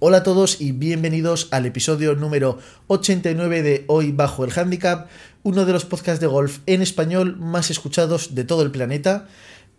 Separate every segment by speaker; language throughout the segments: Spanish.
Speaker 1: Hola a todos y bienvenidos al episodio número 89 de Hoy Bajo el Handicap, uno de los podcasts de golf en español más escuchados de todo el planeta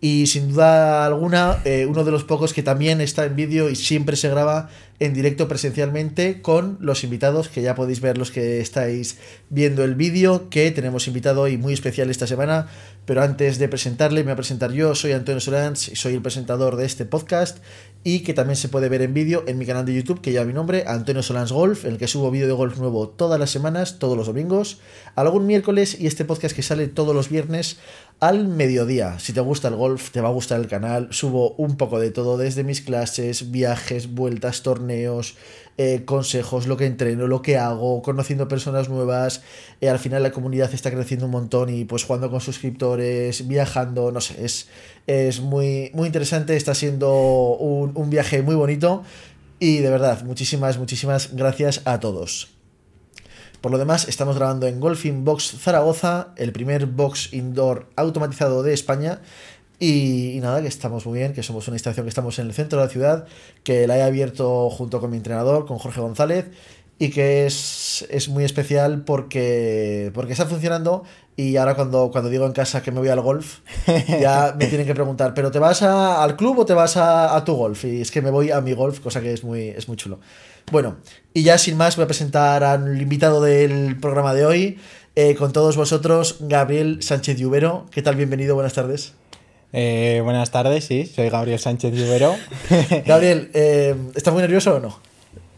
Speaker 1: y sin duda alguna eh, uno de los pocos que también está en vídeo y siempre se graba en directo presencialmente con los invitados que ya podéis ver los que estáis viendo el vídeo que tenemos invitado hoy muy especial esta semana pero antes de presentarle me voy a presentar yo soy Antonio Solans y soy el presentador de este podcast y que también se puede ver en vídeo en mi canal de YouTube que lleva mi nombre, Antonio Solans Golf, en el que subo vídeo de golf nuevo todas las semanas, todos los domingos, algún miércoles y este podcast que sale todos los viernes al mediodía. Si te gusta el golf, te va a gustar el canal, subo un poco de todo desde mis clases, viajes, vueltas, torneos, eh, consejos, lo que entreno, lo que hago, conociendo personas nuevas, eh, al final la comunidad está creciendo un montón y pues jugando con suscriptores, viajando, no sé, es, es muy, muy interesante, está siendo un, un viaje muy bonito y de verdad, muchísimas, muchísimas gracias a todos. Por lo demás, estamos grabando en Golfing Box Zaragoza, el primer box indoor automatizado de España. Y, y, nada, que estamos muy bien, que somos una instalación que estamos en el centro de la ciudad, que la he abierto junto con mi entrenador, con Jorge González, y que es, es muy especial porque, porque está funcionando y ahora cuando, cuando digo en casa que me voy al golf, ya me tienen que preguntar, ¿pero te vas a, al club o te vas a, a, tu golf? Y es que me voy a mi golf, cosa que es muy, es muy chulo. Bueno, y ya sin más voy a presentar al invitado del programa de hoy, eh, con todos vosotros, Gabriel Sánchez Lluvero. ¿Qué tal? Bienvenido, buenas tardes.
Speaker 2: Eh, buenas tardes, sí, soy Gabriel Sánchez Lluvero.
Speaker 1: Gabriel, eh, ¿estás muy nervioso o no?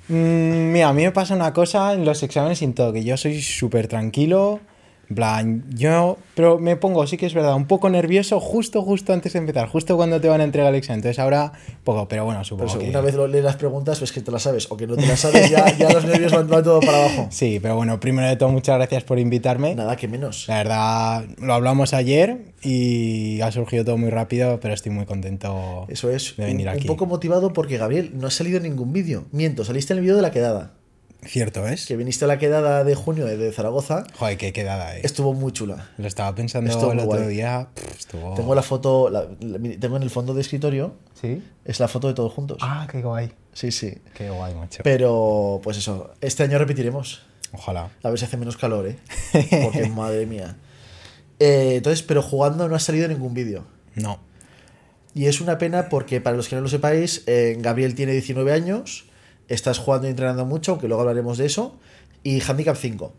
Speaker 2: Mm, mira, a mí me pasa una cosa en los exámenes sin todo, que yo soy súper tranquilo plan, yo, pero me pongo, sí que es verdad, un poco nervioso justo, justo antes de empezar, justo cuando te van a entregar el examen. Entonces ahora, poco, pero bueno, supongo.
Speaker 1: eso,
Speaker 2: Pero
Speaker 1: que... Una vez lo lees las preguntas, ves que te las sabes o que no te las sabes, ya, ya los nervios van, van, todo para abajo.
Speaker 2: Sí, pero bueno, primero de todo, muchas gracias por invitarme.
Speaker 1: Nada, que menos.
Speaker 2: La verdad, lo hablamos ayer y ha surgido todo muy rápido, pero estoy muy contento
Speaker 1: eso es,
Speaker 2: de venir
Speaker 1: un,
Speaker 2: aquí.
Speaker 1: Un poco motivado porque, Gabriel, no ha salido ningún vídeo. Miento, saliste en el vídeo de la quedada.
Speaker 2: Cierto es.
Speaker 1: Que viniste a la quedada de junio de Zaragoza.
Speaker 2: Joder, qué quedada, eh.
Speaker 1: Estuvo muy chula.
Speaker 2: Lo estaba pensando estuvo el otro guay. día. Pff, estuvo...
Speaker 1: Tengo la foto, la, la, tengo en el fondo de escritorio.
Speaker 2: Sí.
Speaker 1: Es la foto de todos juntos.
Speaker 2: Ah, qué guay.
Speaker 1: Sí, sí.
Speaker 2: Qué guay, macho.
Speaker 1: Pero, pues eso, este año repetiremos.
Speaker 2: Ojalá.
Speaker 1: A ver si hace menos calor, eh. Porque, madre mía. Eh, entonces, pero jugando no ha salido ningún vídeo.
Speaker 2: No.
Speaker 1: Y es una pena porque, para los que no lo sepáis, eh, Gabriel tiene 19 años estás jugando y entrenando mucho, aunque luego hablaremos de eso, y Handicap 5.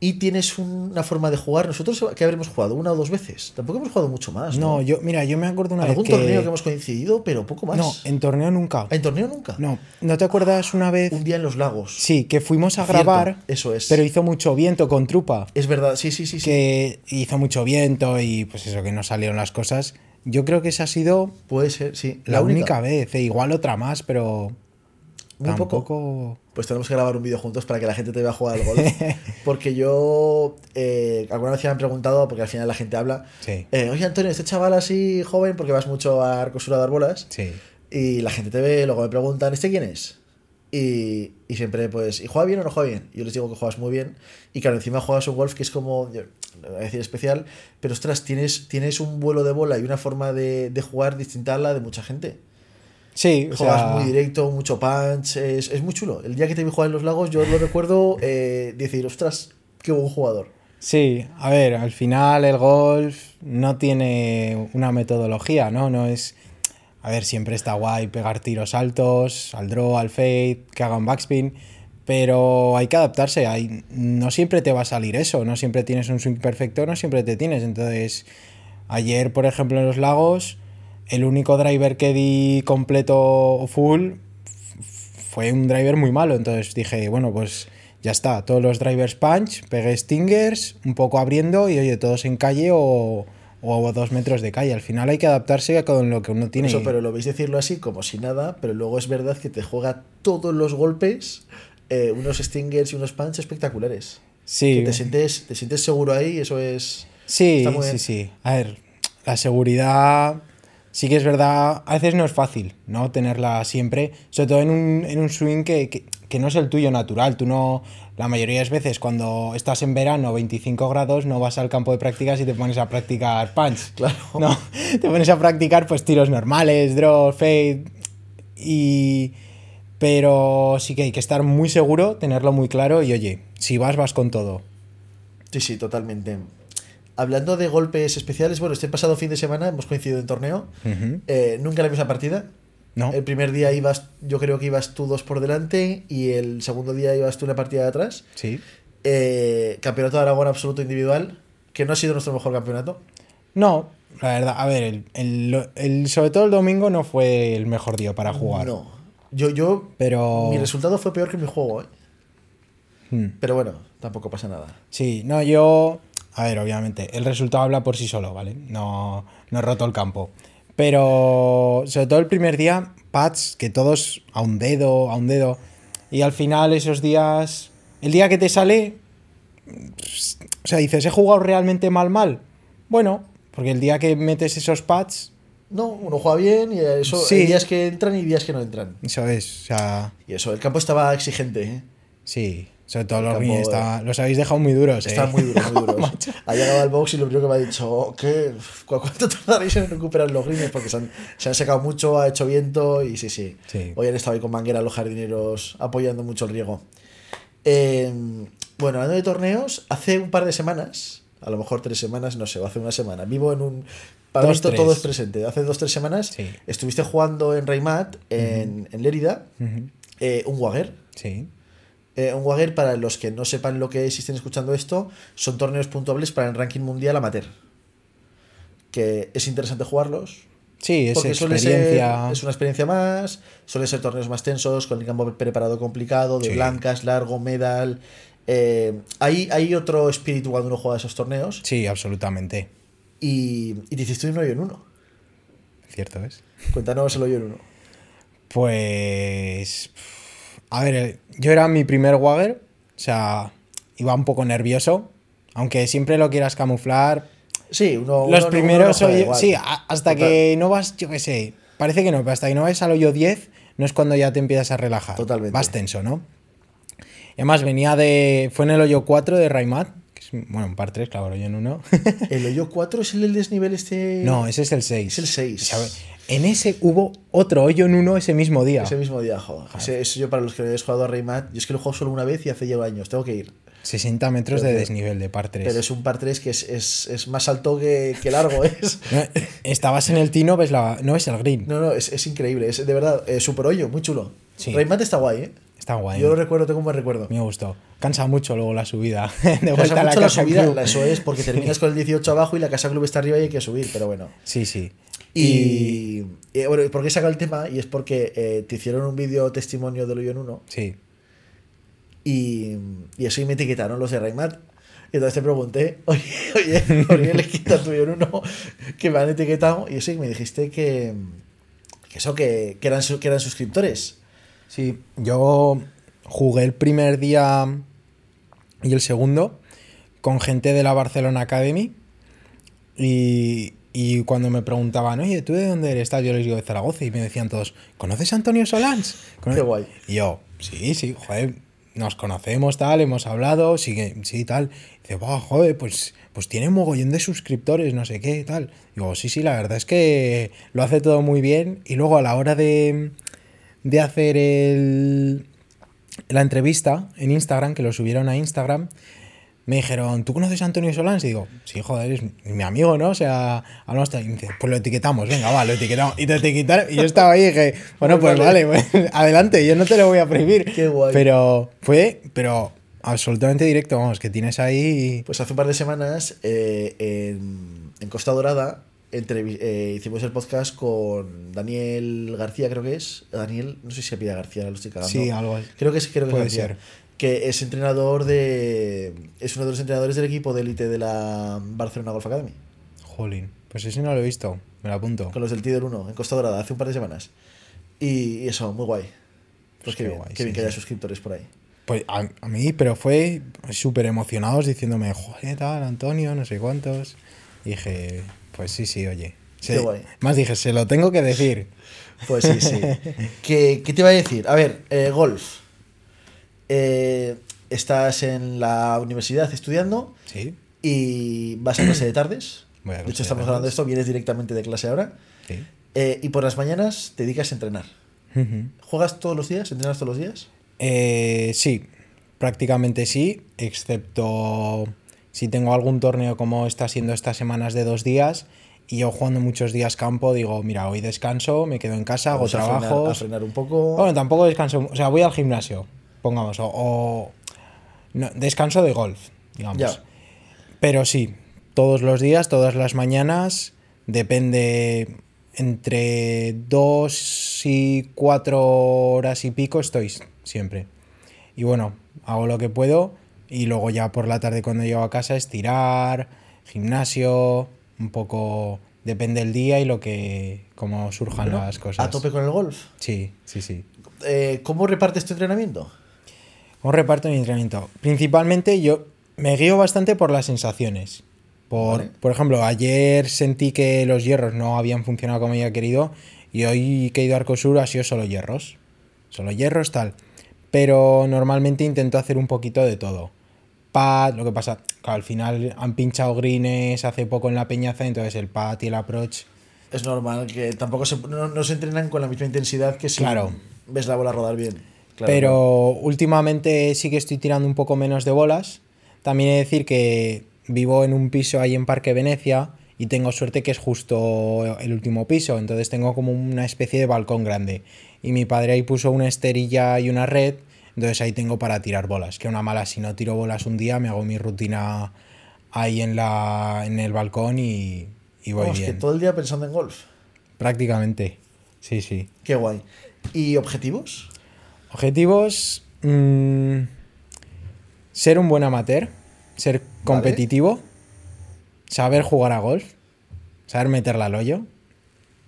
Speaker 1: Y tienes una forma de jugar, nosotros que habremos jugado una o dos veces, tampoco hemos jugado mucho más.
Speaker 2: No, no yo, mira, yo me acuerdo una
Speaker 1: ¿Algún
Speaker 2: vez.
Speaker 1: Algún torneo que... que hemos coincidido, pero poco más.
Speaker 2: No, en torneo nunca.
Speaker 1: ¿En torneo nunca?
Speaker 2: No, ¿no te acuerdas una vez?
Speaker 1: Un día en los lagos.
Speaker 2: Sí, que fuimos a Cierto, grabar.
Speaker 1: Eso es.
Speaker 2: Pero hizo mucho viento con trupa.
Speaker 1: Es verdad, sí, sí, sí.
Speaker 2: Que sí. hizo mucho viento y pues eso, que no salieron las cosas. Yo creo que esa ha sido.
Speaker 1: Puede ser, sí.
Speaker 2: La, la única. única vez, e igual otra más, pero.
Speaker 1: Muy Tampoco. poco. Pues tenemos que grabar un vídeo juntos para que la gente te vea jugar al golf. Porque yo. Eh, alguna vez me han preguntado, porque al final la gente habla.
Speaker 2: Sí.
Speaker 1: Eh, Oye, Antonio, este chaval así joven, porque vas mucho a Arcosura a dar bolas.
Speaker 2: Sí.
Speaker 1: Y la gente te ve, luego me preguntan, ¿este quién es? Y, y, siempre, pues, ¿y juega bien o no juega bien? Yo les digo que juegas muy bien. Y claro, encima juegas un golf que es como, yo, no voy a decir especial, pero ostras, tienes, tienes un vuelo de bola y una forma de, de jugar distinta a la de mucha gente.
Speaker 2: Sí,
Speaker 1: o juegas sea... muy directo, mucho punch, es, es, muy chulo. El día que te vi jugar en los lagos, yo lo recuerdo eh, decir, ostras, qué buen jugador.
Speaker 2: Sí, a ver, al final el golf no tiene una metodología, ¿no? No es. A ver, siempre está guay pegar tiros altos, al draw, al fade, que hagan backspin, pero hay que adaptarse. Hay, no siempre te va a salir eso, no siempre tienes un swing perfecto, no siempre te tienes. Entonces, ayer, por ejemplo, en los lagos el único driver que di completo full fue un driver muy malo. Entonces dije, bueno, pues ya está, todos los drivers punch, pegué stingers, un poco abriendo y oye, todos en calle o, o dos metros de calle. Al final hay que adaptarse a con lo que uno tiene.
Speaker 1: Eso, pero lo veis decirlo así, como si nada, pero luego es verdad que te juega todos los golpes, eh, unos stingers y unos punch espectaculares.
Speaker 2: Sí.
Speaker 1: Que te sientes, te sientes seguro ahí, eso es.
Speaker 2: Sí, sí, bien. sí. A ver, la seguridad sí que es verdad, a veces no es fácil, ¿no? Tenerla siempre, sobre todo en un, en un swing que, que, que, no es el tuyo natural. Tú no, la mayoría de las veces, cuando estás en verano, 25 grados, no vas al campo de prácticas y te pones a practicar punch.
Speaker 1: Claro.
Speaker 2: No, te pones a practicar pues tiros normales, draw, fade. Y. Pero sí que hay que estar muy seguro, tenerlo muy claro y oye, si vas, vas con todo.
Speaker 1: Sí, sí, totalmente. Hablando de golpes especiales, bueno, este pasado fin de semana hemos coincidido en torneo.
Speaker 2: Ujú.
Speaker 1: Eh, nunca la misma partida.
Speaker 2: No.
Speaker 1: El primer día ibas, yo creo que ibas tú dos por delante y el segundo día ibas tú una partida de atrás.
Speaker 2: Sí.
Speaker 1: Eh, campeonato de Aragón absoluto individual, que no ha sido nuestro mejor campeonato.
Speaker 2: No, la verdad, a ver, el, el- el- sobre todo el domingo no fue el mejor día para jugar.
Speaker 1: No. Yo, yo,
Speaker 2: Pero.
Speaker 1: mi resultado fue peor que mi juego, ¿eh?
Speaker 2: Hmm.
Speaker 1: Pero bueno, tampoco pasa nada.
Speaker 2: Sí, no, yo. A ver, obviamente, el resultado habla por sí solo, ¿vale? No, no he roto el campo. Pero sobre todo el primer día, pads que todos a un dedo, a un dedo. Y al final, esos días. El día que te sale. pss, O sea, dices, ¿he jugado realmente mal, mal? Bueno, porque el día que metes esos pads,
Speaker 1: No, uno juega bien y eso,
Speaker 2: Sí.
Speaker 1: hay días que entran y días que no entran.
Speaker 2: eso es. O sea,
Speaker 1: Y eso, el campo estaba exigente, ¿eh?
Speaker 2: sí. Sobre todo los,
Speaker 1: Tampoco-
Speaker 2: míos, está- los habéis dejado muy duros, ¿eh?
Speaker 1: Estaba muy duro, muy duro.
Speaker 2: Macho.
Speaker 1: ha llegado al box y lo primero que me ha dicho, oh, ¿qué? ¿Cu- ¿Cuánto tardaréis en recuperar los greens? Porque se han, se han secado mucho, ha hecho viento y sí, sí.
Speaker 2: Sí.
Speaker 1: Hoy han estado ahí con manguera los jardineros apoyando mucho el riego. Eh, bueno, hablando de torneos, hace un par de semanas, a lo mejor tres semanas, no sé, o hace una semana, vivo en un... Para mí
Speaker 2: Dos,
Speaker 1: esto
Speaker 2: tres.
Speaker 1: todo es presente. Hace dos tres semanas
Speaker 2: Sí.
Speaker 1: estuviste jugando en Reymat, en, en Lérida,
Speaker 2: Ujú,
Speaker 1: eh, un Wager.
Speaker 2: Sí.
Speaker 1: Eh, un Wager, para los que no sepan lo que es y estén escuchando esto, son torneos puntuables para el ranking mundial amateur. Que es interesante jugarlos.
Speaker 2: Sí, es
Speaker 1: Porque suele ser,
Speaker 2: experiencia.
Speaker 1: es una experiencia más, suele ser torneos más tensos, con el campo preparado complicado, de
Speaker 2: Sí.
Speaker 1: blancas, largo, medal. Eh, hay, hay otro espíritu cuando uno juega esos torneos.
Speaker 2: Sí, absolutamente.
Speaker 1: Y, y te hiciste un hoyo en uno.
Speaker 2: Cierto es.
Speaker 1: Cuéntanos el hoyo en uno.
Speaker 2: Pues. pf, A ver, eh, yo era mi primer Wagger. O sea, iba un poco nervioso. Aunque siempre lo quieras camuflar.
Speaker 1: Sí, uno. uno no-
Speaker 2: Los
Speaker 1: uno no
Speaker 2: primeros
Speaker 1: juega
Speaker 2: hoyos-
Speaker 1: igual.
Speaker 2: Sí, a- hasta
Speaker 1: Total-
Speaker 2: que no vas, yo qué sé. Parece que no, pero hasta que no vas al hoyo 10, no es cuando ya te empiezas a relajar.
Speaker 1: Totalmente.
Speaker 2: Vas tenso, ¿no? Y además venía de. Fue en el hoyo 4 de Raimat. Que es, bueno, un par 3, claro, el hoyo en 1.
Speaker 1: El hoyo 4 es el del desnivel este.
Speaker 2: no, ese es el 6.
Speaker 1: Es el 6.
Speaker 2: En ese hubo otro hoyo en 1 ese mismo día.
Speaker 1: Ese mismo día, joder. Ese- eso yo para los que no hayáis jugado a Raymat, yo es que lo juego solo una vez y hace ya años, tengo que ir.
Speaker 2: 60 metros
Speaker 1: Pero
Speaker 2: de
Speaker 1: tío,
Speaker 2: desnivel de par 3.
Speaker 1: Pero es un par 3 que es, es- es más alto que, que largo, ¿eh? es.
Speaker 2: Estabas en el tino, ves la... no ves el green.
Speaker 1: No, no, es, es increíble, es de verdad, eh, super hoyo, muy chulo.
Speaker 2: Sí.
Speaker 1: Raymat está guay, ¿eh?
Speaker 2: Está guay.
Speaker 1: Yo lo recuerdo, tengo un buen recuerdo.
Speaker 2: Me gustó. Cansa mucho luego la subida. De
Speaker 1: Cansa
Speaker 2: vuelta a la
Speaker 1: mucho la
Speaker 2: casa
Speaker 1: subida,
Speaker 2: club.
Speaker 1: la- eso es, porque terminas con el 18 abajo y la casa club está arriba y hay que subir, pero bueno.
Speaker 2: Sí, sí. Y...
Speaker 1: Y, eh, bueno, ¿por qué he sacado el tema? Y es porque eh, te hicieron un vídeo testimonio del hoyo en uno
Speaker 2: Sí.
Speaker 1: Y, y así me etiquetaron los de Raymat. Y entonces te pregunté, oye, oye, ¿por qué les quitan tuyo en uno que me han etiquetado? Y así me dijiste que, que eso, que, que eran, su- que eran suscriptores.
Speaker 2: Sí. Yo jugué el primer día y el segundo con gente de la Barcelona Academy. Y, y cuando me preguntaban, oye, ¿tú de dónde eres? Tal, Yo les digo de Zaragoza. Y me decían todos, ¿conoces a Antonio Solans? Cono-
Speaker 1: Qué guay.
Speaker 2: Y yo, sí, sí, joder, nos conocemos, tal, hemos hablado, sí, que- sí, tal. dice, "Buah, joder, pues, pues tiene mogollón de suscriptores, no sé qué, tal. Digo, sí, sí, la verdad es que lo hace todo muy bien. Y luego a la hora de, de hacer el, la entrevista en Instagram, que lo subieron a Instagram, me dijeron, ¿tú conoces a Antonio Solans? Y digo, sí, joder, es mi amigo, ¿no? O sea, hablamos tal. Y me dice, pues lo etiquetamos, venga, va, lo etiquetamos. Y te etiquetaron. Y yo estaba ahí y dije, bueno, pues
Speaker 1: Vale.
Speaker 2: vale, pues, adelante, yo no te lo voy a prohibir.
Speaker 1: Qué guay.
Speaker 2: Pero fue, pero absolutamente directo, vamos, que tienes ahí.
Speaker 1: Pues hace un par de semanas eh, en, en Costa Dorada entrevi- eh, hicimos el podcast con Daniel García, creo que es. Daniel, no sé si se pide García, lo estoy cagando.
Speaker 2: sí, algo así.
Speaker 1: Creo que es, creo que es
Speaker 2: Puede
Speaker 1: García,
Speaker 2: ser.
Speaker 1: Que es entrenador de. Es uno de los entrenadores del equipo de élite de la Barcelona Golf Academy.
Speaker 2: Jolín, pues ese no lo he visto, me lo apunto.
Speaker 1: Con los del Tider 1, en Costa Dorada, hace un par de semanas. Y, y eso, muy guay. Pues
Speaker 2: Pues
Speaker 1: qué,
Speaker 2: qué
Speaker 1: bien,
Speaker 2: guay,
Speaker 1: qué
Speaker 2: sí,
Speaker 1: bien que
Speaker 2: sí.
Speaker 1: haya suscriptores por ahí.
Speaker 2: Pues a, a mí, pero fue súper emocionados diciéndome, joder, tal, Antonio, no sé cuántos. dije, pues sí, sí, oye.
Speaker 1: Qué
Speaker 2: Se-
Speaker 1: guay.
Speaker 2: Más dije, se lo tengo que decir.
Speaker 1: Pues sí, sí. ¿Qué, qué te iba a decir? A ver, eh, golf. Eh, estás en la universidad estudiando
Speaker 2: Sí,
Speaker 1: y vas a clase de tardes.
Speaker 2: Voy a
Speaker 1: De
Speaker 2: clase
Speaker 1: hecho,
Speaker 2: de
Speaker 1: estamos hablando de
Speaker 2: tardes.
Speaker 1: esto, vienes directamente de clase ahora.
Speaker 2: sí.
Speaker 1: Eh, y por las mañanas te dedicas a entrenar.
Speaker 2: Ujú.
Speaker 1: ¿Juegas todos los días? ¿Entrenas todos los días?
Speaker 2: Eh, sí, prácticamente sí, excepto si tengo algún torneo como está siendo estas semanas de dos días y yo jugando muchos días campo, digo, mira, hoy descanso, me quedo en casa, hago
Speaker 1: Vamos a frenar-
Speaker 2: trabajos.
Speaker 1: A frenar un poco.
Speaker 2: Bueno, tampoco descanso, o sea, voy al gimnasio, pongamos, o, o- no, descanso de golf, digamos.
Speaker 1: Ya.
Speaker 2: Pero sí, todos los días, todas las mañanas, depende entre dos y cuatro horas y pico estoy siempre. Y bueno, hago lo que puedo y luego ya por la tarde cuando llego a casa estirar, gimnasio, un poco depende el día y lo que como surjan
Speaker 1: Bueno,
Speaker 2: las cosas.
Speaker 1: A tope con el golf.
Speaker 2: Sí, sí, sí.
Speaker 1: Eh, ¿Cómo repartes tu entrenamiento?
Speaker 2: Un reparto de mi entrenamiento. Principalmente yo me guío bastante por las sensaciones. Por,
Speaker 1: Vale.
Speaker 2: por ejemplo, ayer sentí que los hierros no habían funcionado como había querido y hoy que he ido a Arcosur ha sido solo hierros. Solo hierros, tal. Pero normalmente intento hacer un poquito de todo. Pad, lo que pasa, claro, al final han pinchado greens hace poco en la peñaza, entonces el pad y el approach
Speaker 1: Es normal que tampoco se, no, no se entrenan con la misma intensidad que si
Speaker 2: Claro.
Speaker 1: ves la bola rodar bien. Claro,
Speaker 2: pero últimamente sí que estoy tirando un poco menos de bolas. También he de decir que vivo en un piso ahí en Parque Venecia y tengo suerte que es justo el último piso, entonces tengo como una especie de balcón grande. Y mi padre ahí puso una esterilla y una red, entonces ahí tengo para tirar bolas. Que una mala, si no tiro bolas un día, me hago mi rutina ahí en, la, en el balcón y, y voy
Speaker 1: vamos, que
Speaker 2: bien.
Speaker 1: todo el día pensando en golf.
Speaker 2: Prácticamente. Sí, sí.
Speaker 1: Qué guay. ¿Y objetivos?
Speaker 2: Objetivos. mm, ser un buen amateur. Ser competitivo. Saber jugar a golf. Saber meterla al hoyo.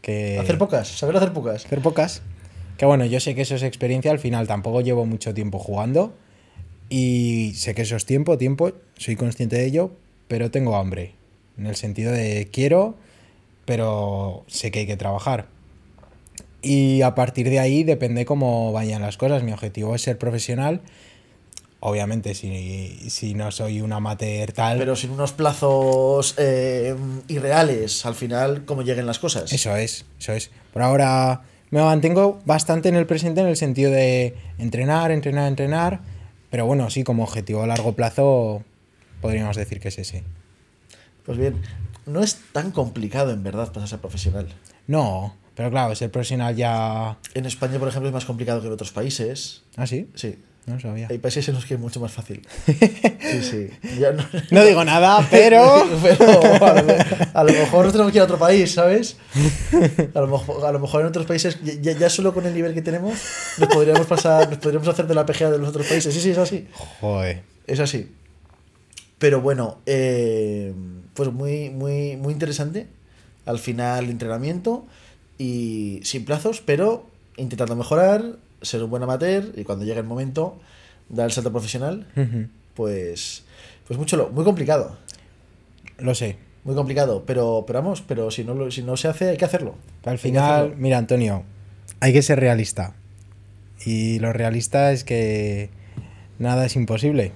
Speaker 2: Que
Speaker 1: Hacer pocas, saber hacer pocas.
Speaker 2: hacer pocas. Que bueno, yo sé que eso es experiencia. Al final tampoco llevo mucho tiempo jugando. Y sé que eso es tiempo, tiempo. Soy consciente de ello. Pero tengo hambre. En el sentido de quiero, pero sé que hay que trabajar. Y a partir de ahí depende cómo vayan las cosas. Mi objetivo es ser profesional. Obviamente, si, si no soy un amateur tal,
Speaker 1: Pero sin unos plazos eh, irreales al final, como lleguen las cosas.
Speaker 2: Eso es, eso es. Por ahora me mantengo bastante en el presente en el sentido de entrenar, entrenar, entrenar. Pero bueno, sí, como objetivo a largo plazo podríamos decir que es ese.
Speaker 1: Pues bien, no es tan complicado en verdad pasarse a profesional.
Speaker 2: No, pero claro, ser profesional ya...
Speaker 1: En España, por ejemplo, es más complicado que en otros países.
Speaker 2: ¿Ah, sí?
Speaker 1: Sí.
Speaker 2: No lo sabía.
Speaker 1: Hay países en los que es mucho más fácil. Sí, sí. Ya no-
Speaker 2: No digo nada, pero...
Speaker 1: Pero a lo, a lo mejor nosotros tenemos que ir a otro país, ¿sabes? A lo mejor, a lo mejor en otros países, ya- ya, ya solo con el nivel que tenemos, nos podríamos pasar, nos podríamos hacer de la PGA de los otros países. Sí, sí, es así.
Speaker 2: Joder.
Speaker 1: Es así. Pero bueno, eh, pues muy, muy, muy interesante. Al final, entrenamiento y sin plazos, pero intentando mejorar, ser un buen amateur y cuando llegue el momento, dar el salto profesional,
Speaker 2: Ujú.
Speaker 1: pues, pues mucho lo, muy complicado.
Speaker 2: Lo sé.
Speaker 1: Muy complicado, pero, pero vamos, pero si no, lo- si no se hace, hay que hacerlo.
Speaker 2: Pero al
Speaker 1: Hay que
Speaker 2: final,
Speaker 1: hacerlo.
Speaker 2: mira, Antonio, hay que ser realista. Y lo realista es que nada es imposible.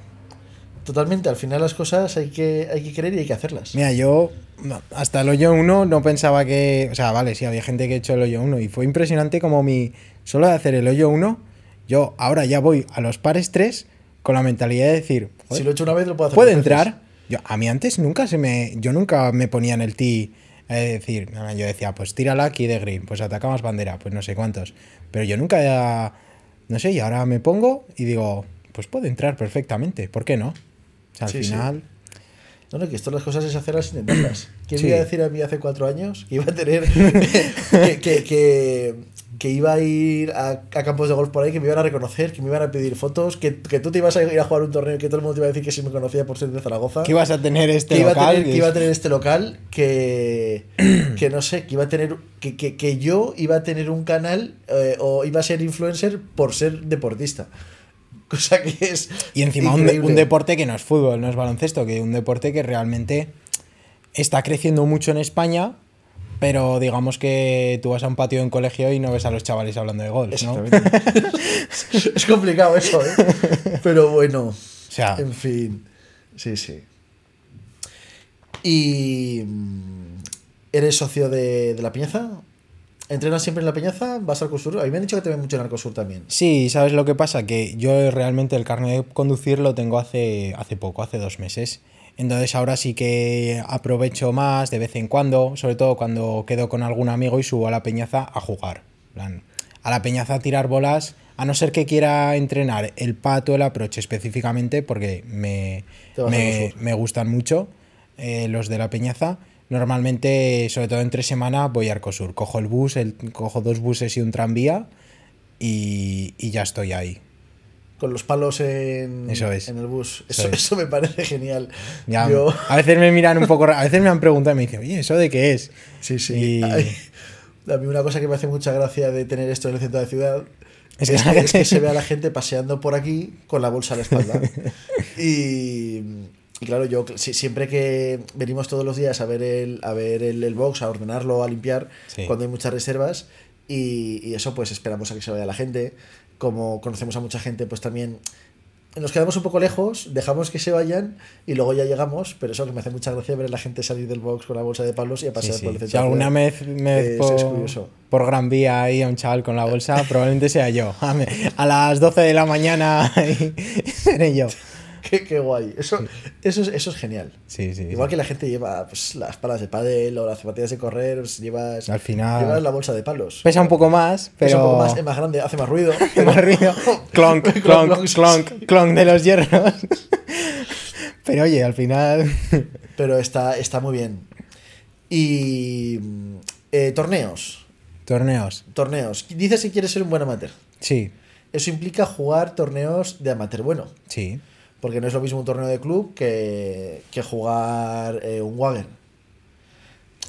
Speaker 1: Totalmente, al final las cosas hay que, hay que querer y hay que hacerlas.
Speaker 2: Mira, yo no, hasta el hoyo 1 no pensaba que. O sea, vale, sí, había gente que ha hecho el hoyo 1 y fue impresionante como mi. Solo de hacer el hoyo 1, yo ahora ya voy a los pares 3 con la mentalidad de decir, "Joder,
Speaker 1: Si lo he hecho una vez, lo puedo hacer.
Speaker 2: puede
Speaker 1: dos veces.
Speaker 2: entrar. Yo, a mí antes nunca se me. Yo nunca me ponía en el tee eh, decir, no, no, yo decía, pues tírala aquí de green, pues atacamos bandera, pues no sé cuántos. Pero yo nunca. ya- No sé, y ahora me pongo y digo, pues puede entrar perfectamente, ¿por qué no? O sea, al
Speaker 1: Sí, sí.
Speaker 2: final.
Speaker 1: No, no, que esto las cosas es hacerlas sin intentarlas. ¿Quién
Speaker 2: Sí.
Speaker 1: me iba a decir a mí hace cuatro años que iba a tener. que, que, que, que iba a ir a, a campos de golf por ahí, que me iban a reconocer, que me iban a pedir fotos, que, que tú te ibas a ir a jugar un torneo y que todo el mundo te iba a decir que si me conocía por ser de Zaragoza.
Speaker 2: ¿Qué ibas a tener este
Speaker 1: que iba,
Speaker 2: local?
Speaker 1: a tener, que iba a tener este local, que, que no sé, que iba a tener. Que, que, que yo iba a tener un canal eh, o iba a ser influencer por ser deportista. Cosa que es.
Speaker 2: Y encima un, de- un
Speaker 1: increíble.
Speaker 2: deporte que no es fútbol, no es baloncesto, que un deporte que realmente está creciendo mucho en España, pero digamos que tú vas a un patio de un colegio y no ves a los chavales hablando de golf, ¿no? O
Speaker 1: Exactamente. es complicado eso, ¿eh? Pero bueno,
Speaker 2: sea,
Speaker 1: en fin. Sí, sí. Y. mm, ¿Eres socio de, de la Piñaza? ¿Entrenas siempre en la Peñaza? ¿Vas al Arcosur? A mí me han dicho que te ven mucho en Arcosur también.
Speaker 2: Sí, ¿sabes lo que pasa? Que yo realmente el carnet de conducir lo tengo hace, hace poco, hace dos meses. Entonces ahora sí que aprovecho más de vez en cuando, sobre todo cuando quedo con algún amigo y subo a la peñaza a jugar. En plan, A la peñaza a tirar bolas, a no ser que quiera entrenar el pato, el approach específicamente, porque me,
Speaker 1: Te vas al
Speaker 2: me,
Speaker 1: sur.
Speaker 2: me gustan mucho eh, los de la peñaza. Normalmente, sobre todo entre semana, voy a Arcosur. Cojo el bus, el- cojo dos buses y un tranvía y, y ya estoy ahí.
Speaker 1: Con los palos en,
Speaker 2: Eso es.
Speaker 1: en el bus. Eso,
Speaker 2: Eso es.
Speaker 1: eso me parece genial.
Speaker 2: Ya,
Speaker 1: Yo-
Speaker 2: A veces me miran un poco, ra- a veces me han preguntado y me dicen, oye, ¿eso de qué es?
Speaker 1: Sí, sí.
Speaker 2: Y-
Speaker 1: Ay, a mí una cosa que me hace mucha gracia de tener esto en el centro de la ciudad es
Speaker 2: Es
Speaker 1: que,
Speaker 2: que-
Speaker 1: es que se ve a la gente paseando por aquí con la bolsa a la espalda. Y, y claro, yo si- siempre que venimos todos los días a ver el, a ver el, el box, a ordenarlo, a limpiar,
Speaker 2: Sí.
Speaker 1: cuando hay muchas reservas, y, y eso pues esperamos a que se vaya la gente. Como conocemos a mucha gente, pues también nos quedamos un poco lejos, dejamos que se vayan y luego ya llegamos, pero eso que me hace mucha gracia ver a la gente salir del box con la bolsa de palos y a
Speaker 2: Sí,
Speaker 1: pasear
Speaker 2: sí.
Speaker 1: por el centro.
Speaker 2: Si
Speaker 1: de la
Speaker 2: alguna
Speaker 1: ciudad.
Speaker 2: vez me
Speaker 1: Es- es
Speaker 2: por,
Speaker 1: curioso.
Speaker 2: por Gran Vía ahí a un chaval con la bolsa, probablemente sea yo. A, me- a las 12 de la mañana ahí, seré yo.
Speaker 1: Qué, qué guay. Eso, eso, es, eso es genial.
Speaker 2: Sí, sí.
Speaker 1: Igual
Speaker 2: sí.
Speaker 1: que la gente lleva pues, las palas de pádel o las zapatillas de correr, pues, llevas,
Speaker 2: Al final-
Speaker 1: llevas la bolsa de palos.
Speaker 2: Pesa un poco más, pero...
Speaker 1: Es un poco más, es más grande, hace más ruido.
Speaker 2: Qué mal ruido. Clonk, clonk, clonk, clonk de los hierros. Pero oye, al final...
Speaker 1: Pero está, está muy bien. Y mm, eh, torneos.
Speaker 2: Torneos.
Speaker 1: Torneos. Dices que quieres ser un buen amateur.
Speaker 2: Sí,
Speaker 1: Eso implica jugar torneos de amateur bueno.
Speaker 2: sí.
Speaker 1: Porque no es lo mismo un torneo de club que, que jugar eh, un Wagen.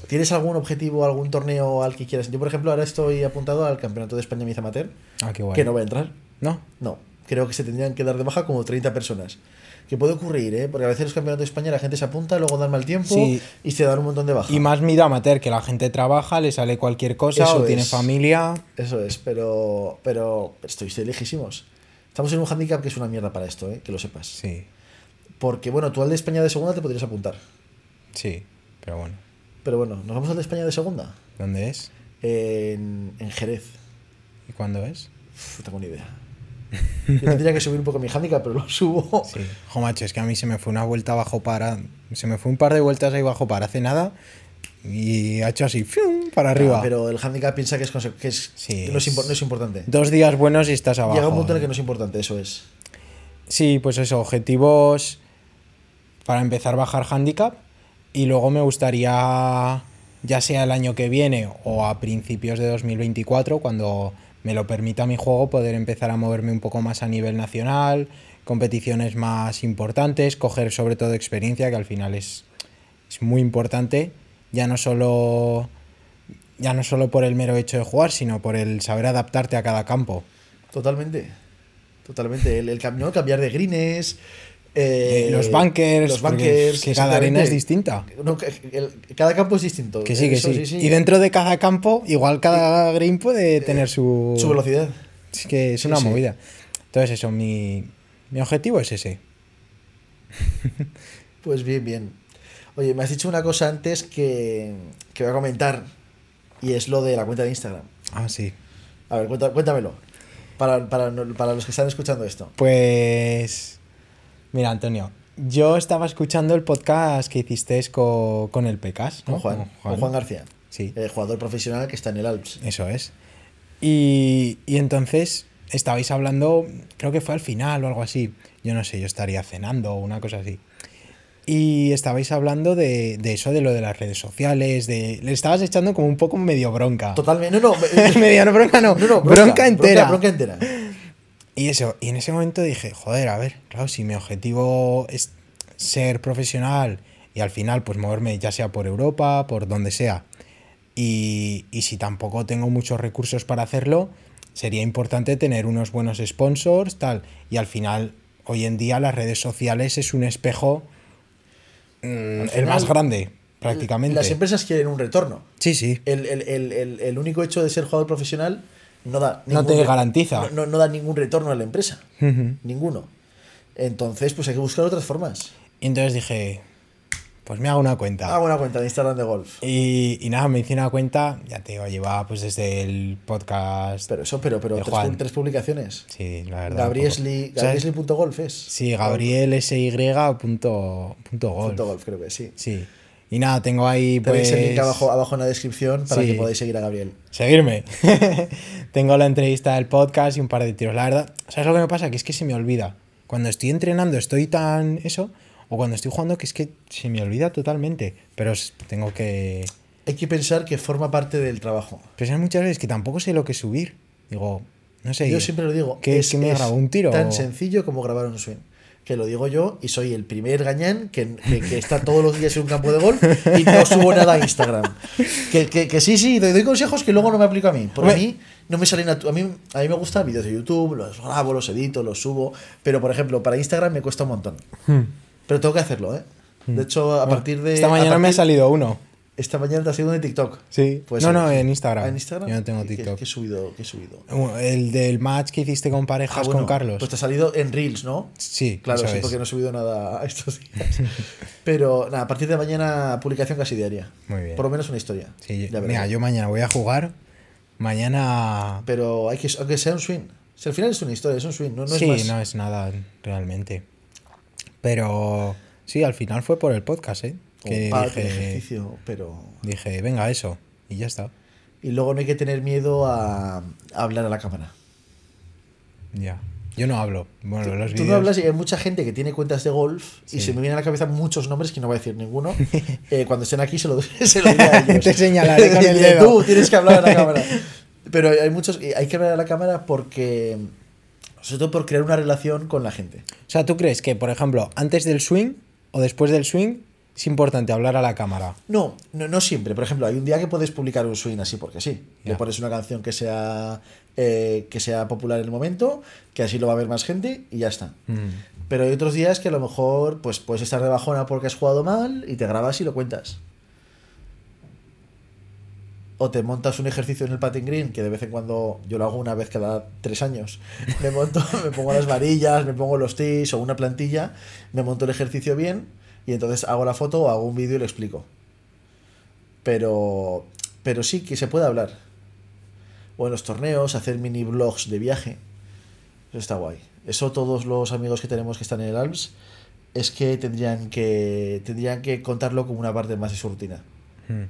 Speaker 1: ¿Tienes algún objetivo, algún torneo al que quieras? Yo, por ejemplo, ahora estoy apuntado al Campeonato de España Miz Amateur,
Speaker 2: Ah, qué guay.
Speaker 1: que no voy a entrar.
Speaker 2: ¿No?
Speaker 1: No, creo que se tendrían que dar de baja como 30 personas. Que puede ocurrir, ¿eh? Porque a veces en los campeonatos de España la gente se apunta, luego dan mal tiempo
Speaker 2: Sí.
Speaker 1: y se dan un montón de baja.
Speaker 2: Y más mira amateur, que la gente trabaja, le sale cualquier cosa
Speaker 1: Eso
Speaker 2: o tiene
Speaker 1: es.
Speaker 2: familia.
Speaker 1: Eso es, pero, pero estoy, estoy lejísimos. Estamos en un handicap que es una mierda para esto, ¿eh? que lo sepas.
Speaker 2: Sí,
Speaker 1: Porque, bueno, tú al de España de segunda te podrías apuntar.
Speaker 2: sí. Pero bueno,
Speaker 1: Pero bueno, nos vamos al de España de segunda.
Speaker 2: ¿dónde es?
Speaker 1: En, en Jerez.
Speaker 2: ¿Y cuándo es?
Speaker 1: Uf, no tengo ni idea. Yo tendría que subir un poco mi handicap, pero lo subo.
Speaker 2: Sí. Jo, macho, es que a mí se me fue una vuelta bajo para. Se me fue un par de vueltas ahí bajo para hace nada. Y ha hecho así, ¡fium! para arriba.
Speaker 1: Ah, pero el handicap piensa que es, conse- que es-
Speaker 2: Sí,
Speaker 1: no, es impor-
Speaker 2: es-
Speaker 1: no es importante.
Speaker 2: Dos días buenos y estás abajo. eh.
Speaker 1: Llega un punto en el que no es importante, eso es.
Speaker 2: Sí, pues eso, objetivos para empezar a bajar handicap. Y luego me gustaría, ya sea el año que viene o a principios de 2024, cuando me lo permita mi juego, poder empezar a moverme un poco más a nivel nacional, competiciones más importantes, coger sobre todo experiencia, que al final es, es muy importante, ya no solo ya no solo por el mero hecho de jugar, sino por el saber adaptarte a cada campo.
Speaker 1: Totalmente. Totalmente. El, el cam- ¿no? cambiar de greens. eh,
Speaker 2: Eh, los bunkers,
Speaker 1: Los
Speaker 2: porque
Speaker 1: bunkers.
Speaker 2: que cada arena
Speaker 1: exactamente.
Speaker 2: es distinta.
Speaker 1: No, que- el- cada campo es distinto.
Speaker 2: Que sí, que
Speaker 1: Eso,
Speaker 2: sí. Y dentro de cada campo, igual cada green puede tener su...
Speaker 1: Eh, Su velocidad.
Speaker 2: Es que es una
Speaker 1: sí.
Speaker 2: movida. Entonces eso, mi, mi objetivo es ese.
Speaker 1: Pues bien, bien. Oye, me has dicho una cosa antes que, que voy a comentar. Y es lo de la cuenta de Instagram.
Speaker 2: Ah, sí.
Speaker 1: A ver, cuenta- cuéntamelo. Para, para, para los que están escuchando esto.
Speaker 2: Pues... Mira, Antonio, yo estaba escuchando el podcast que hiciste co- con el PECAS, ¿no?
Speaker 1: Con Juan, con Juan García.
Speaker 2: Sí.
Speaker 1: eh, jugador profesional que está en el Alps.
Speaker 2: Eso es. Y, y entonces estabais hablando, creo que fue al final o algo así. Yo no sé, yo estaría cenando o una cosa así. Y estabais hablando de, de eso, de lo de las redes sociales, de. Le estabas echando como un poco medio bronca.
Speaker 1: Totalmente. No, no.
Speaker 2: medio no, bronca no,
Speaker 1: no, no,
Speaker 2: bronca, entera.
Speaker 1: Bronca, bronca entera.
Speaker 2: Y eso, y en ese momento dije, joder, a ver, claro, si mi objetivo es ser profesional y al final pues moverme ya sea por Europa, por donde sea, y, y si tampoco tengo muchos recursos para hacerlo, sería importante tener unos buenos sponsors, tal, y al final, hoy en día las redes sociales es un espejo mm, el
Speaker 1: final,
Speaker 2: más grande, prácticamente.
Speaker 1: Las empresas quieren un retorno.
Speaker 2: Sí, sí.
Speaker 1: El, el- el- el- el único hecho de ser jugador profesional no da.
Speaker 2: No
Speaker 1: ningún-
Speaker 2: te garantiza.
Speaker 1: No, no- no da ningún retorno a la empresa.
Speaker 2: Ujú.
Speaker 1: Ninguno. Entonces, pues hay que buscar otras formas.
Speaker 2: Y entonces dije, Pues me hago una cuenta.
Speaker 1: Hago una Ah, cuenta de Instagram de golf.
Speaker 2: Y, y nada, me hice una cuenta, ya te digo, llevaba pues desde el podcast.
Speaker 1: Pero eso, pero, pero
Speaker 2: De
Speaker 1: tres,
Speaker 2: Juan.
Speaker 1: pu- tres publicaciones.
Speaker 2: Sí, la verdad. un poco.
Speaker 1: Gabriesli,
Speaker 2: O sea,
Speaker 1: gabriesli.golf es.
Speaker 2: Sí, Gabriel SY. Punto, punto golf.
Speaker 1: Punto golf, creo que sí.
Speaker 2: Sí. Y nada, tengo ahí
Speaker 1: Tenéis
Speaker 2: pues.
Speaker 1: el link abajo, abajo en la descripción para
Speaker 2: Sí.
Speaker 1: que podáis seguir a Gabriel.
Speaker 2: Seguirme. Tengo la entrevista del podcast y un par de tiros. La verdad, ¿sabes lo que me pasa? Que es que se me olvida. Cuando estoy entrenando estoy tan eso, o cuando estoy jugando que es que se me olvida totalmente. Pero s- tengo que
Speaker 1: Hay que pensar que forma parte del trabajo.
Speaker 2: pensar muchas veces que tampoco sé lo que subir. Digo, no sé.
Speaker 1: Yo siempre lo digo.
Speaker 2: ¿Qué, qué me
Speaker 1: es
Speaker 2: grabo? ¿Un tiro?
Speaker 1: Tan
Speaker 2: o-
Speaker 1: sencillo como grabar un swing. Que lo digo yo y soy el primer gañán que, que- que está todos los días en un campo de golf y no subo nada a Instagram. Que, que- que sí, sí, doy, doy consejos que luego no me aplico a mí. Porque a
Speaker 2: Hombre.
Speaker 1: mí no me salen natu- a mí A mí me gustan vídeos de YouTube, los grabo, los edito, los subo. Pero por ejemplo, para Instagram me cuesta un montón.
Speaker 2: Hmm.
Speaker 1: Pero tengo que hacerlo, ¿eh? De hecho, a partir de.
Speaker 2: Mm. Esta
Speaker 1: a
Speaker 2: mañana me ha
Speaker 1: partir-
Speaker 2: salido uno.
Speaker 1: Esta mañana te ha sido uno de TikTok.
Speaker 2: Sí.
Speaker 1: Pues,
Speaker 2: no,
Speaker 1: eh,
Speaker 2: no,
Speaker 1: sí.
Speaker 2: en Instagram.
Speaker 1: Ah, ¿En Instagram?
Speaker 2: Yo no tengo
Speaker 1: ¿Y qué-
Speaker 2: TikTok. Uh,
Speaker 1: ¿Qué he subido? ¿Qué he subido?
Speaker 2: El del match que hiciste con parejas
Speaker 1: Ah, bueno,
Speaker 2: con Carlos.
Speaker 1: Pues te ha salido en Reels, ¿no?
Speaker 2: Sí,
Speaker 1: Claro,
Speaker 2: eso
Speaker 1: sí,
Speaker 2: es.
Speaker 1: porque no he subido nada a estos días. Pero nada, a partir de mañana publicación casi diaria.
Speaker 2: Muy bien.
Speaker 1: Por lo menos una historia.
Speaker 2: Sí, yo-
Speaker 1: Ya veré.
Speaker 2: mira, yo mañana voy a jugar. Mañana.
Speaker 1: Pero hay que, aunque sea un swing. Si al final es una historia, es un swing, no, no
Speaker 2: sí,
Speaker 1: es más.
Speaker 2: no es nada realmente. Pero sí, al final fue por el podcast, ¿eh?
Speaker 1: como
Speaker 2: Que
Speaker 1: parte de
Speaker 2: dije,
Speaker 1: Oh, ejercicio, pero...
Speaker 2: dije, venga, eso. Y ya está.
Speaker 1: Y luego no hay que tener miedo a, a hablar a la cámara.
Speaker 2: Ya. Yo no hablo. Bueno, los
Speaker 1: Tú
Speaker 2: vídeos.
Speaker 1: no hablas y hay mucha gente que tiene cuentas de golf y
Speaker 2: Sí.
Speaker 1: se me vienen a la cabeza muchos nombres que no voy a decir ninguno. Eh, cuando estén aquí se lo, se lo diré a ellos.
Speaker 2: Te señalaré con el
Speaker 1: Diré, Tú
Speaker 2: dedo".
Speaker 1: tienes que hablar a la cámara. Pero hay muchos, y hay que hablar a la cámara porque, sobre todo por crear una relación con la gente.
Speaker 2: O sea, ¿tú crees que, por ejemplo, antes del swing o después del swing es importante hablar a la cámara?
Speaker 1: No, no, no siempre. Por ejemplo, hay un día que puedes publicar un swing así porque sí. Le
Speaker 2: Ya.
Speaker 1: pones una canción que sea, eh, que sea popular en el momento, que así lo va a ver más gente y ya está. Pero hay otros días que a lo mejor pues puedes estar de bajona porque has jugado mal y te grabas y lo cuentas. O te montas un ejercicio en el patin green, que de vez en cuando yo lo hago una vez cada tres años. Me monto, me pongo las varillas, me pongo los tees o una plantilla, me monto el ejercicio bien y entonces hago la foto o hago un vídeo y lo explico. Pero, pero sí que se puede hablar. O en los torneos, hacer mini blogs de viaje. Eso está guay. Eso todos los amigos que tenemos que están en el Alps es que tendrían que tendrían que contarlo como una parte más de su rutina. Hmm.
Speaker 2: Mm.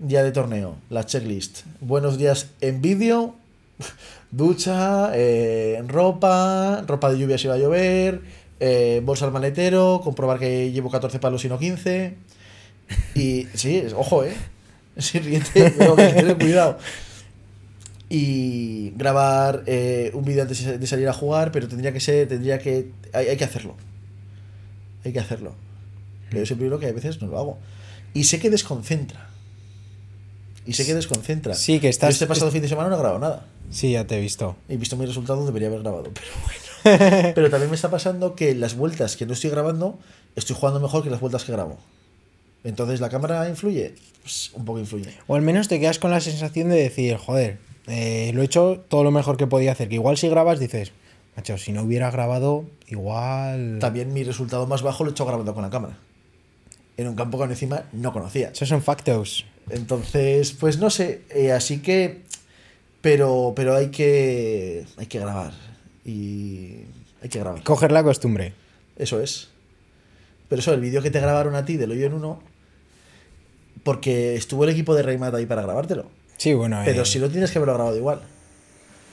Speaker 1: Día de torneo, la checklist. Buenos días en vídeo, ducha, eh, ropa, ropa de lluvia si va a llover, eh, bolsa al maletero, comprobar que llevo 14 palos y no 15. Y sí, es- ojo, eh. Sirviente, tengo que tener cuidado. Y grabar eh, un vídeo antes de salir a jugar, pero tendría que ser, tendría que. Hay, hay que hacerlo. Hay que hacerlo. Pero yo siempre digo que a veces no lo hago. Y sé que desconcentra. Y sé que desconcentra.
Speaker 2: Sí, que estás-
Speaker 1: Yo este pasado fin de semana no he grabado nada.
Speaker 2: Sí, ya te he visto.
Speaker 1: Y visto mi resultado, debería haber grabado, pero bueno. Pero también me está pasando que las vueltas que no estoy grabando, estoy jugando mejor que las vueltas que grabo. Entonces, ¿la cámara influye? Pues, un poco influye.
Speaker 2: O al menos te quedas con la sensación de decir, joder, eh, lo he hecho todo lo mejor que podía hacer. Que igual si grabas dices, macho, si no hubiera grabado, igual...
Speaker 1: También mi resultado más bajo lo he hecho grabando con la cámara. En un campo que encima no conocía.
Speaker 2: Esos son factos.
Speaker 1: Entonces, pues no sé. eh, así que. Pero, pero hay que. Hay que grabar. Y. Hay que grabar.
Speaker 2: Coger la costumbre.
Speaker 1: Eso es. Pero eso, el vídeo que te grabaron a ti del hoyo en uno, porque estuvo el equipo de Reymat ahí para grabártelo.
Speaker 2: Sí, bueno, eh,
Speaker 1: Pero si lo tienes que haberlo grabado igual.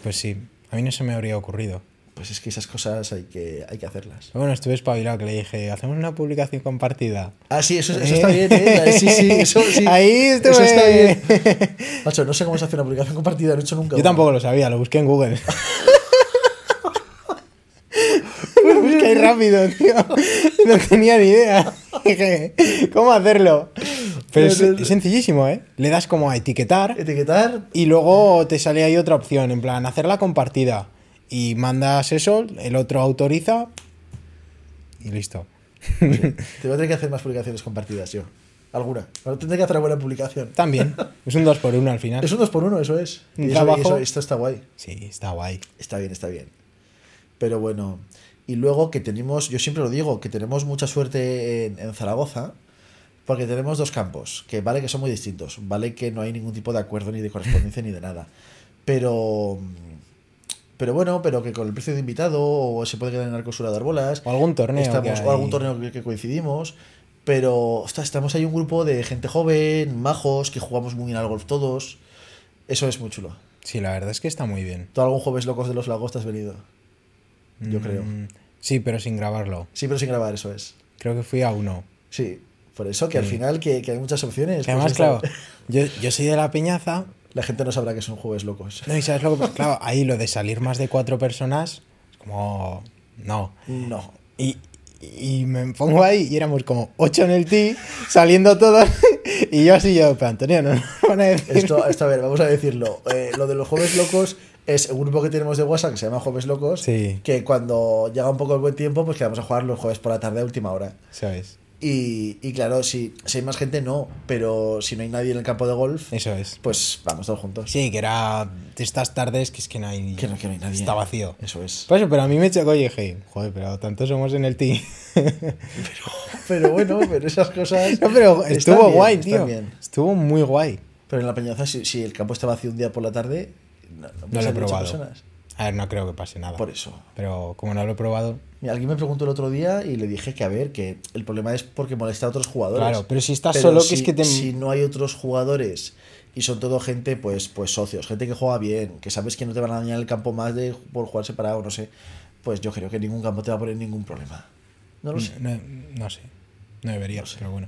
Speaker 2: pues sí, a mí no se me habría ocurrido.
Speaker 1: Pues es que esas cosas hay que, hay que hacerlas.
Speaker 2: Pero bueno, estuve espabilado que le dije, hacemos una publicación compartida.
Speaker 1: Ah, sí, eso, eso está bien, ¿eh? Sí, sí, eso sí.
Speaker 2: Ahí estuve.
Speaker 1: Eso está bien. Macho, no sé cómo se hace una publicación compartida, no he hecho nunca.
Speaker 2: Yo
Speaker 1: una.
Speaker 2: tampoco lo sabía, lo busqué en Google. lo busqué ahí rápido, tío. No tenía ni idea. Dije, ¿cómo hacerlo? Pero es, es sencillísimo, ¿eh? Le das como a etiquetar
Speaker 1: Etiquetar,
Speaker 2: y luego te sale ahí otra opción, en plan, hacer la compartida. Y mandas eso, el otro autoriza y listo.
Speaker 1: te voy a tener que hacer más publicaciones compartidas yo. Alguna. Ahora tendré que hacer una buena publicación.
Speaker 2: También. Es un 2 por 1 al final.
Speaker 1: Es un 2x1, eso es.
Speaker 2: Un
Speaker 1: Y eso- y
Speaker 2: trabajo.
Speaker 1: eso- esto está guay.
Speaker 2: Sí, está guay.
Speaker 1: Está bien, está bien. Pero bueno, y luego que tenemos, yo siempre lo digo, que tenemos mucha suerte en, en Zaragoza, Porque tenemos dos campos, que vale que son muy distintos, vale que no hay ningún tipo de acuerdo ni de correspondencia ni de nada. Pero. Pero bueno, pero que con el precio de invitado, o se puede quedar en Arcosura a dar bolas.
Speaker 2: O algún torneo.
Speaker 1: estamos-
Speaker 2: que
Speaker 1: o algún
Speaker 2: hay.
Speaker 1: torneo que, que coincidimos. Pero, ostras, estamos ahí un grupo de gente joven, majos, que jugamos muy bien al golf todos. Eso es muy chulo.
Speaker 2: Sí, la verdad es que está muy bien.
Speaker 1: Tú algún jueves locos de los lagos te has venido. Yo creo.
Speaker 2: Mm, Sí, pero sin grabarlo.
Speaker 1: Sí, pero sin grabar, eso es.
Speaker 2: Creo que fui a uno.
Speaker 1: Sí, por eso que al final que, que hay muchas opciones.
Speaker 2: Que además,
Speaker 1: pues esta-
Speaker 2: claro, yo, yo soy de la piñaza.
Speaker 1: La gente no sabrá que son jueves locos.
Speaker 2: No, y sabes lo que pasa? Claro, ahí lo de salir más de cuatro personas, es como. No.
Speaker 1: No.
Speaker 2: Y, y me pongo ahí y éramos como ocho en el tee, saliendo todos. Y yo así, yo, pero Antonio, no nos van a decir.
Speaker 1: Esto, esto, a ver, vamos a decirlo. Eh, lo de los jueves locos es un grupo que tenemos de WhatsApp que se llama Jueves Locos.
Speaker 2: Sí.
Speaker 1: Que cuando llega un poco el buen tiempo, pues quedamos a jugar los jueves por la tarde a última hora.
Speaker 2: ¿Sabes?
Speaker 1: Y, y claro, si, si hay más gente, no. Pero si no hay nadie en el campo de golf,
Speaker 2: Eso es.
Speaker 1: pues vamos todos juntos.
Speaker 2: Sí, que era de estas tardes que es que no hay.
Speaker 1: Que no, que no hay nadie.
Speaker 2: Está vacío.
Speaker 1: Eso es.
Speaker 2: Por eso, pero a mí me chocó y dije, joder, pero tantos somos en el tee.
Speaker 1: Pero bueno, pero esas cosas.
Speaker 2: No, pero
Speaker 1: están
Speaker 2: estuvo
Speaker 1: bien,
Speaker 2: guay,
Speaker 1: están
Speaker 2: tío.
Speaker 1: bien.
Speaker 2: Estuvo muy guay.
Speaker 1: Pero en la Peñaza, si, si el campo está vacío un día por la tarde, no, no
Speaker 2: No
Speaker 1: pasan
Speaker 2: lo he
Speaker 1: ocho
Speaker 2: probado.
Speaker 1: personas.
Speaker 2: A ver, no creo que pase nada.
Speaker 1: Por eso.
Speaker 2: Pero como no lo he probado.
Speaker 1: Mira, alguien me preguntó el otro día y le dije que a ver, que el problema es porque molesta a otros jugadores.
Speaker 2: Claro, pero si estás solo, que es
Speaker 1: si-
Speaker 2: que te-
Speaker 1: Si no hay otros jugadores y son todo gente, pues, pues socios, gente que juega bien, que sabes que no te van a dañar el campo más de por jugar separado, no sé. Pues yo creo que ningún campo te va a poner ningún problema. No lo sé.
Speaker 2: No, no sé. No debería, pero bueno.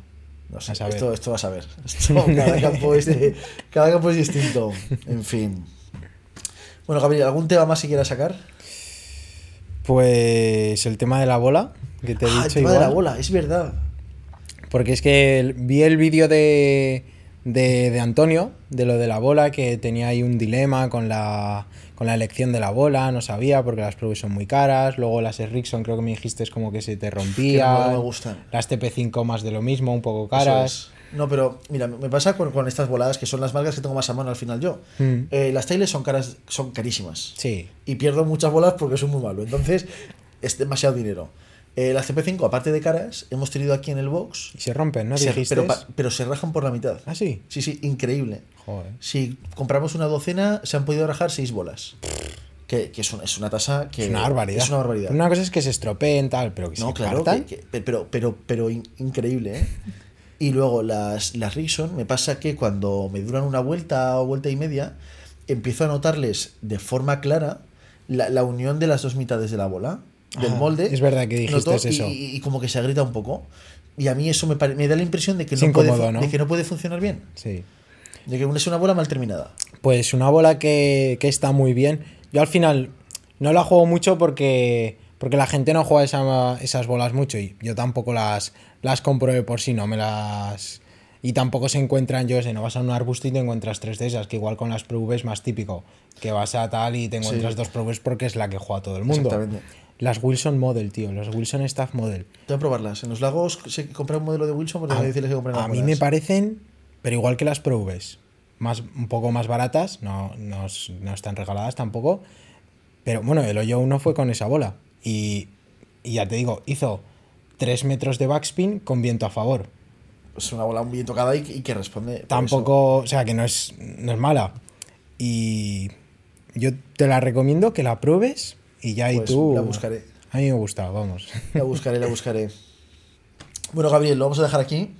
Speaker 1: No sé,
Speaker 2: A saber.
Speaker 1: esto, esto va a saber. Esto- cada, campo es de- cada campo es distinto. En fin. Bueno, Gabriel, ¿algún tema más que quieras sacar?
Speaker 2: Pues el tema de la bola, que te he
Speaker 1: Ah,
Speaker 2: dicho
Speaker 1: el tema de
Speaker 2: igual.
Speaker 1: la bola, es verdad.
Speaker 2: Porque es que el- vi el vídeo de, de, de Antonio, de lo de la bola, que tenía ahí un dilema con la, con la elección de la bola, no sabía porque las Pro son muy caras, luego las Ericsson creo que me dijiste es como que se te rompía,
Speaker 1: Que no me gustan.
Speaker 2: las TP5 más de lo mismo, un poco
Speaker 1: Eso
Speaker 2: caras.
Speaker 1: es. No, pero mira, me pasa con, con estas voladas que son las marcas que tengo más a mano al final yo.
Speaker 2: Mm.
Speaker 1: Eh, las Tailes son caras, son carísimas.
Speaker 2: Sí,
Speaker 1: Y pierdo muchas bolas porque soy muy malo. Entonces, es demasiado dinero. Eh, las CP5, aparte de caras, hemos tenido aquí en el box.
Speaker 2: y se rompen, ¿no?
Speaker 1: se-
Speaker 2: dijiste.
Speaker 1: pero, pa- pero se rajan por la mitad.
Speaker 2: Ah, sí.
Speaker 1: Sí, sí, increíble.
Speaker 2: Joder.
Speaker 1: Si compramos una docena, se han podido rajar seis bolas. Que, que es, una, es una tasa que.
Speaker 2: Es una barbaridad.
Speaker 1: Es una barbaridad.
Speaker 2: Una cosa es que se estropeen, tal, pero que
Speaker 1: No,
Speaker 2: se
Speaker 1: claro,
Speaker 2: partan.
Speaker 1: que- que- pero, pero, pero in- increíble, ¿eh? Y luego las, las Rickson, me pasa que cuando me duran una vuelta o vuelta y media, empiezo a notarles de forma clara la, la unión de las dos mitades de la bola, del
Speaker 2: Ah,
Speaker 1: molde.
Speaker 2: es verdad que dijiste
Speaker 1: Noto y-
Speaker 2: eso.
Speaker 1: Y, y como que se agrita un poco. Y a mí eso me, pare- me da la impresión de que,
Speaker 2: Es
Speaker 1: no puede,
Speaker 2: incómodo,
Speaker 1: fu-
Speaker 2: ¿no?
Speaker 1: de que no puede funcionar bien.
Speaker 2: Sí.
Speaker 1: De que es una bola mal terminada.
Speaker 2: Pues una bola que, que está muy bien. Yo al final no la juego mucho porque, porque la gente no juega esa- esas bolas mucho y yo tampoco las, las compro de por sí, no me las... Y tampoco se encuentran, yo qué sé, no vas a un arbusto y te encuentras tres de esas, que igual con las PV es más típico, que vas a tal y te encuentras dos PV porque es la que juega todo el mundo.
Speaker 1: Exactamente.
Speaker 2: Las Wilson Model, tío, las Wilson Staff Model.
Speaker 1: Tengo que probarlas. En los lagos se compra un modelo de Wilson porque no decirles que compren
Speaker 2: Ah, A mí
Speaker 1: algunas.
Speaker 2: me parecen, pero igual que las ProVs, más, un poco más baratas, no, no, es- no están regaladas tampoco. Pero bueno, el hoyo uno fue con esa bola. Y, y ya te digo, hizo 3 metros de backspin con viento a favor.
Speaker 1: Es una bola bien tocada y, que- y que responde. por eso.
Speaker 2: Tampoco, o sea, que no es, no es mala. Y yo te la recomiendo que la pruebes y ya y
Speaker 1: Pues,
Speaker 2: tú.
Speaker 1: la buscaré.
Speaker 2: A mí me gusta, vamos.
Speaker 1: La buscaré, la buscaré. Bueno, Gabriel, lo vamos a dejar aquí,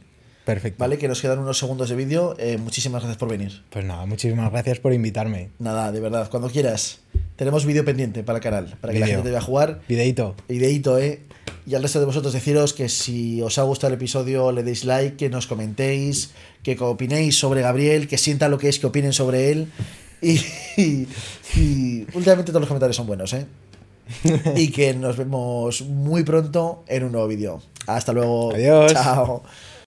Speaker 2: Perfecto.
Speaker 1: ¿vale? Que nos quedan unos segundos de vídeo. Eh, muchísimas gracias por venir.
Speaker 2: Pues nada, muchísimas gracias por invitarme.
Speaker 1: Nada, de verdad, cuando quieras. Tenemos vídeo pendiente para el canal, para que la
Speaker 2: Vídeo.
Speaker 1: gente te vea jugar.
Speaker 2: Videito.
Speaker 1: Ideito, ¿eh? Y al resto de vosotros deciros que si os ha gustado el episodio le deis like, que nos comentéis, que opinéis sobre Gabriel, que sienta lo que es que opinen sobre él. Y, y- y últimamente todos los comentarios son buenos, ¿eh? Y que nos vemos muy pronto en un nuevo vídeo. Hasta luego.
Speaker 2: Adiós.
Speaker 1: Chao.